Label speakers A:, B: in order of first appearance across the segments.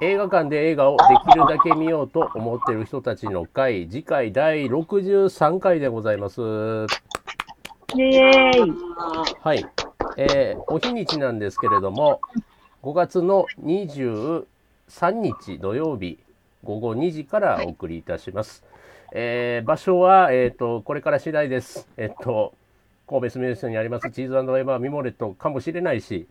A: 映画館で映画をできるだけ見ようと思ってる人たちの会、次回第63回でございます。は
B: イエーイ。
A: い。えーお日にちなんですけれども、5月の23日土曜日午後2時からお送りいたします。えー場所は、えっ、と、これから次第です。えっ、と、神戸住吉町にありますチーズエバーミモレットかもしれないし、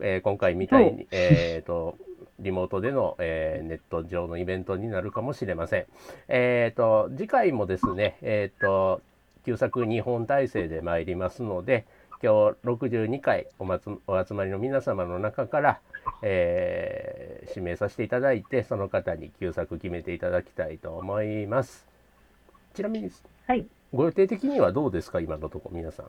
A: えー今回みたいに、
B: は
A: えっ、と、リモートでの、えーネット上のイベントになるかもしれません。えっ、と、次回もですね、えっ、と、旧作日本体制で参りますので、今日62回おまつお集まりの皆様の中から、えー指名させていただいて、その方に旧作決めていただきたいと思います。ちなみに、
B: はい
A: ご予定的にはどうですか、今のところ皆さん。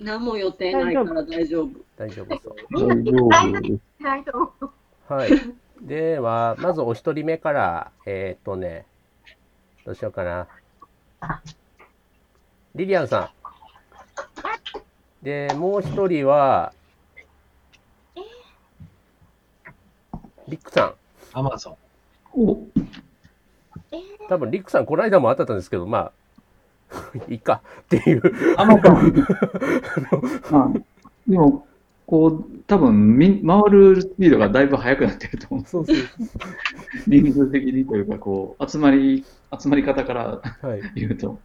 C: 何も予定ないから大丈夫。
A: 大丈夫そう。
D: みんな大丈夫です。
E: ないと思う。
A: はい。では、まずお一人目から、えーっとね、どうしようかな。リリアンさん。で、もう一人は、リックさ
F: アマゾン。
A: ん。多分、リックさん、この間もあ ったんですけど、まあ、いいかっていう。
D: あまか。ま あ、でも、こう、多分み回るスピードがだいぶ速くなってると思う。
A: そうそう
D: 人数的にというか、こう、集まり、集まり方から
A: はい。
D: 言うと。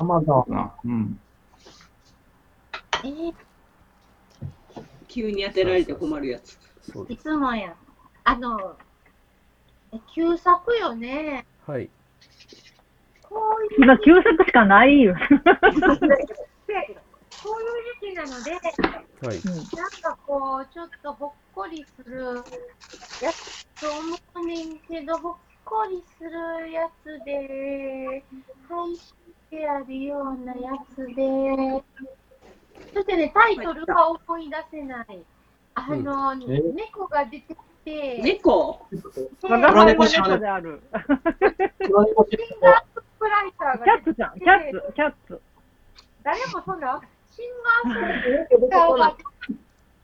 F: アマゾン。
D: なうん。
E: え
C: 急に当てられて困るやつ。
A: そう
E: いつもや。あの、え旧作よ ね。
A: はい。
E: こういう
B: 今、旧作しかないよ。
E: こういう時期なので、
A: はい。
E: なんかこう、ちょっとほっこりするやつと思うねんけど、ほっこりするやつで、配信してあるようなやつで、そしてね、タイトルが思い出せない。あの、
F: え
E: 猫が出てきて、
C: 猫
B: わ
E: で
B: がまま
F: 知らない
B: 猫である。
E: シンガーソン
F: 黒猫
E: グライター
B: キ
E: が出
B: ャッ
E: て
B: ツじゃん。キャッツ、キャッツ。
E: 誰もそんな、シンガーソングライターが、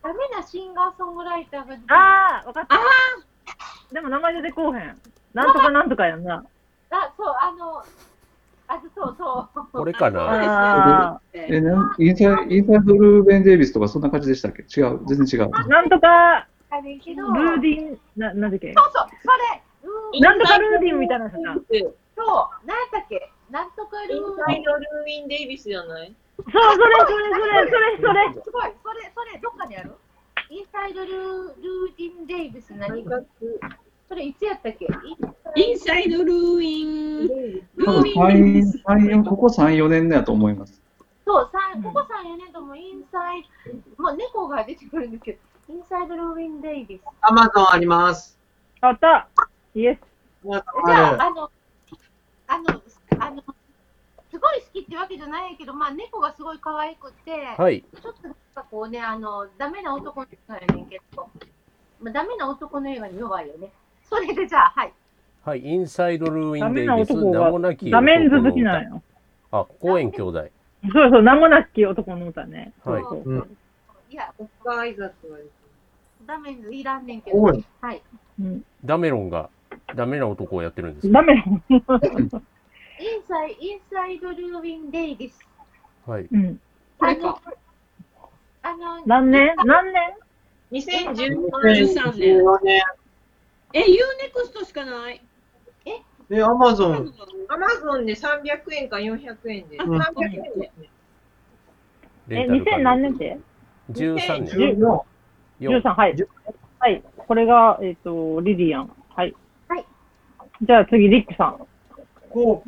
E: ダメなシンガーソングライターが出てきて、
B: あー、わかった。でも名前出てこうへん。なんとかなんとかやんな。
E: あ、そう、あの、あ、そうそう。
A: これかな。
B: あ
C: って
D: え、なんインサイインサイドルーベン・デイビスとかそんな感じでしたっけ違う。全然違う。
B: ー、なんとか、
E: あれけ
B: ル
E: ど、
B: ーディン、な、なんだっけ
E: そうそう、それ、
B: なんとかルーディンみたいなやつな。
E: そう、なんだっけ、なんとかル
G: イン
E: ー
G: サイドルーイン・デイビスじゃない
B: そう、それ、それ、それ、それ、それ。
E: すごい、それ、それ、どっかにあるインサイドルールーディン・デイビス何それいつやったっけインサイ
C: インサイドルーイン。ル
D: 多
C: ー
D: 分
C: インです。
D: 3、3、4、ここ3、4年だと思います。
E: ドそう、さここさんやねんともインサイド、まあ、猫が出てくるんですけど、インサイドルーディン・デイビス。
F: アマゾンあります。
B: あった。イエス。
F: アマゾ
E: じ
F: ン
E: ゃ
F: ある
E: あ、あの、あの、あの、すごい好きってわけじゃないけど、まあ、猫がすごい可愛くて、
A: はい。
E: ちょっとなんかこうね、あの、ダメな男の映画やねんけど、まあ、ダメな男の映画に弱いよね。それでじゃあ、はい。
A: はい。インサイドルーイ
B: ダ
A: ンデ
B: メ
A: イ
B: な
A: ビス、
B: 男
A: 名もな
B: が
A: き、
B: ダメンズ好き
A: 男の歌
B: なんよ。
A: あ、公園兄弟。
B: そうそう、名もなき男の歌ね。
A: はい
E: そう
F: うん
E: いや、
G: オスカー・アイザックがですね
E: ダメンズいらんねんけど、
F: 多い。
E: はい。
B: うん
A: ダメロンが、ダメな男をやってるんですか
B: ダメな
E: インサイ、インサイドルーウィン・デイビス。
A: はい。
B: うん。
C: これか。
E: あの、
B: 何年何年
C: 13年。
G: 2013
F: 2014年。
C: え、ユーネクストしかない。
F: え、アマゾン。
G: アマゾンで300円か400円で。
F: うん
G: 300円ですね。
B: え、
A: レンタル
B: 2000何年っ
A: 可
B: て
A: 能13年。4
F: 14。
B: ?13、はい
F: 10。
B: はい。これが、えっ、と、リリアン。はい。
E: はい。
B: じゃあ次、リックさん。
F: こ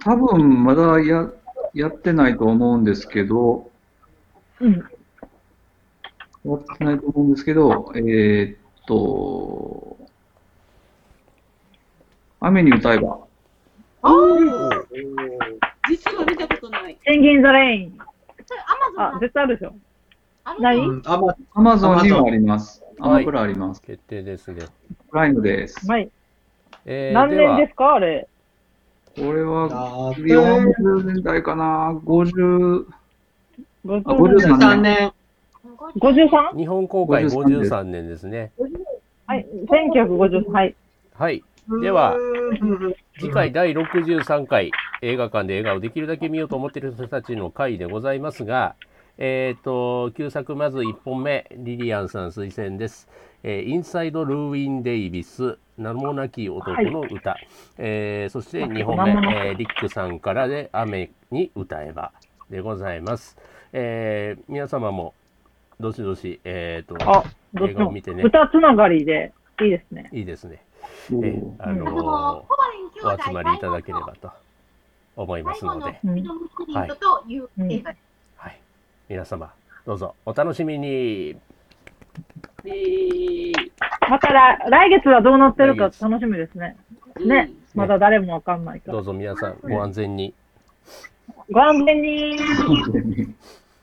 D: 多分まだややってないと思うんですけど、
B: うん。
D: やってないと思うんですけど、えーっと、雨に歌えば、
C: 実は見たことない。
B: ペンギンザレイン。
E: それアマゾ
B: あ
E: ン、
B: 絶対あるでしょ。
E: ある
B: な
F: う。
B: い
F: うん、アマゾン。
D: アマゾンにはあります。ア
A: はい
D: マプラあります。
A: 決定ですね。
D: プライムです。
B: はい。
A: えー、
B: 何
A: で
B: 年
A: は
B: で、すかあれ。
D: これは
F: あー
D: 40年代かな、50、あ
B: 53
D: 53
B: 年。
F: 13年。
E: 53
B: 53?
A: 日本公開
D: 53
A: 53年ですね。
B: はい、1950、はい。
A: はい。では
F: うん、
A: 次回第63回、映画館で映画をできるだけ見ようと思っている人たちの回でございますが、えっ、と、旧作まず1本目、リリアンさん推薦です。えーインサイド・ルーウィン・デイビス、名もなき男の歌。えーそして2本目、えーリックさんからで、雨に歌えばでございます。えー皆様も、どしどし、えっ、と
B: あ、、どっ
A: 映
B: ち
A: 画を
B: も
A: 見てね、
B: 歌つながりで、いいですね。
A: いいですね。
D: お
A: えー
D: ー
A: あ
E: あ
A: の
E: のコーリン兄弟
A: ーお集まりいただければと思いま
E: 最
A: す
E: 後
A: の
E: の
A: で。
E: 最後のミドムスリントという映画です。
A: はい。皆様、どうぞお楽しみに。
C: えー
B: また来来月はどうなってるか
A: 来月
B: 楽しみですね。
C: うん
B: ね、まだ誰もわかんないか
A: ど
B: ら。
A: うぞ皆さん、ご安全に。
B: ご安全に。
D: 完全に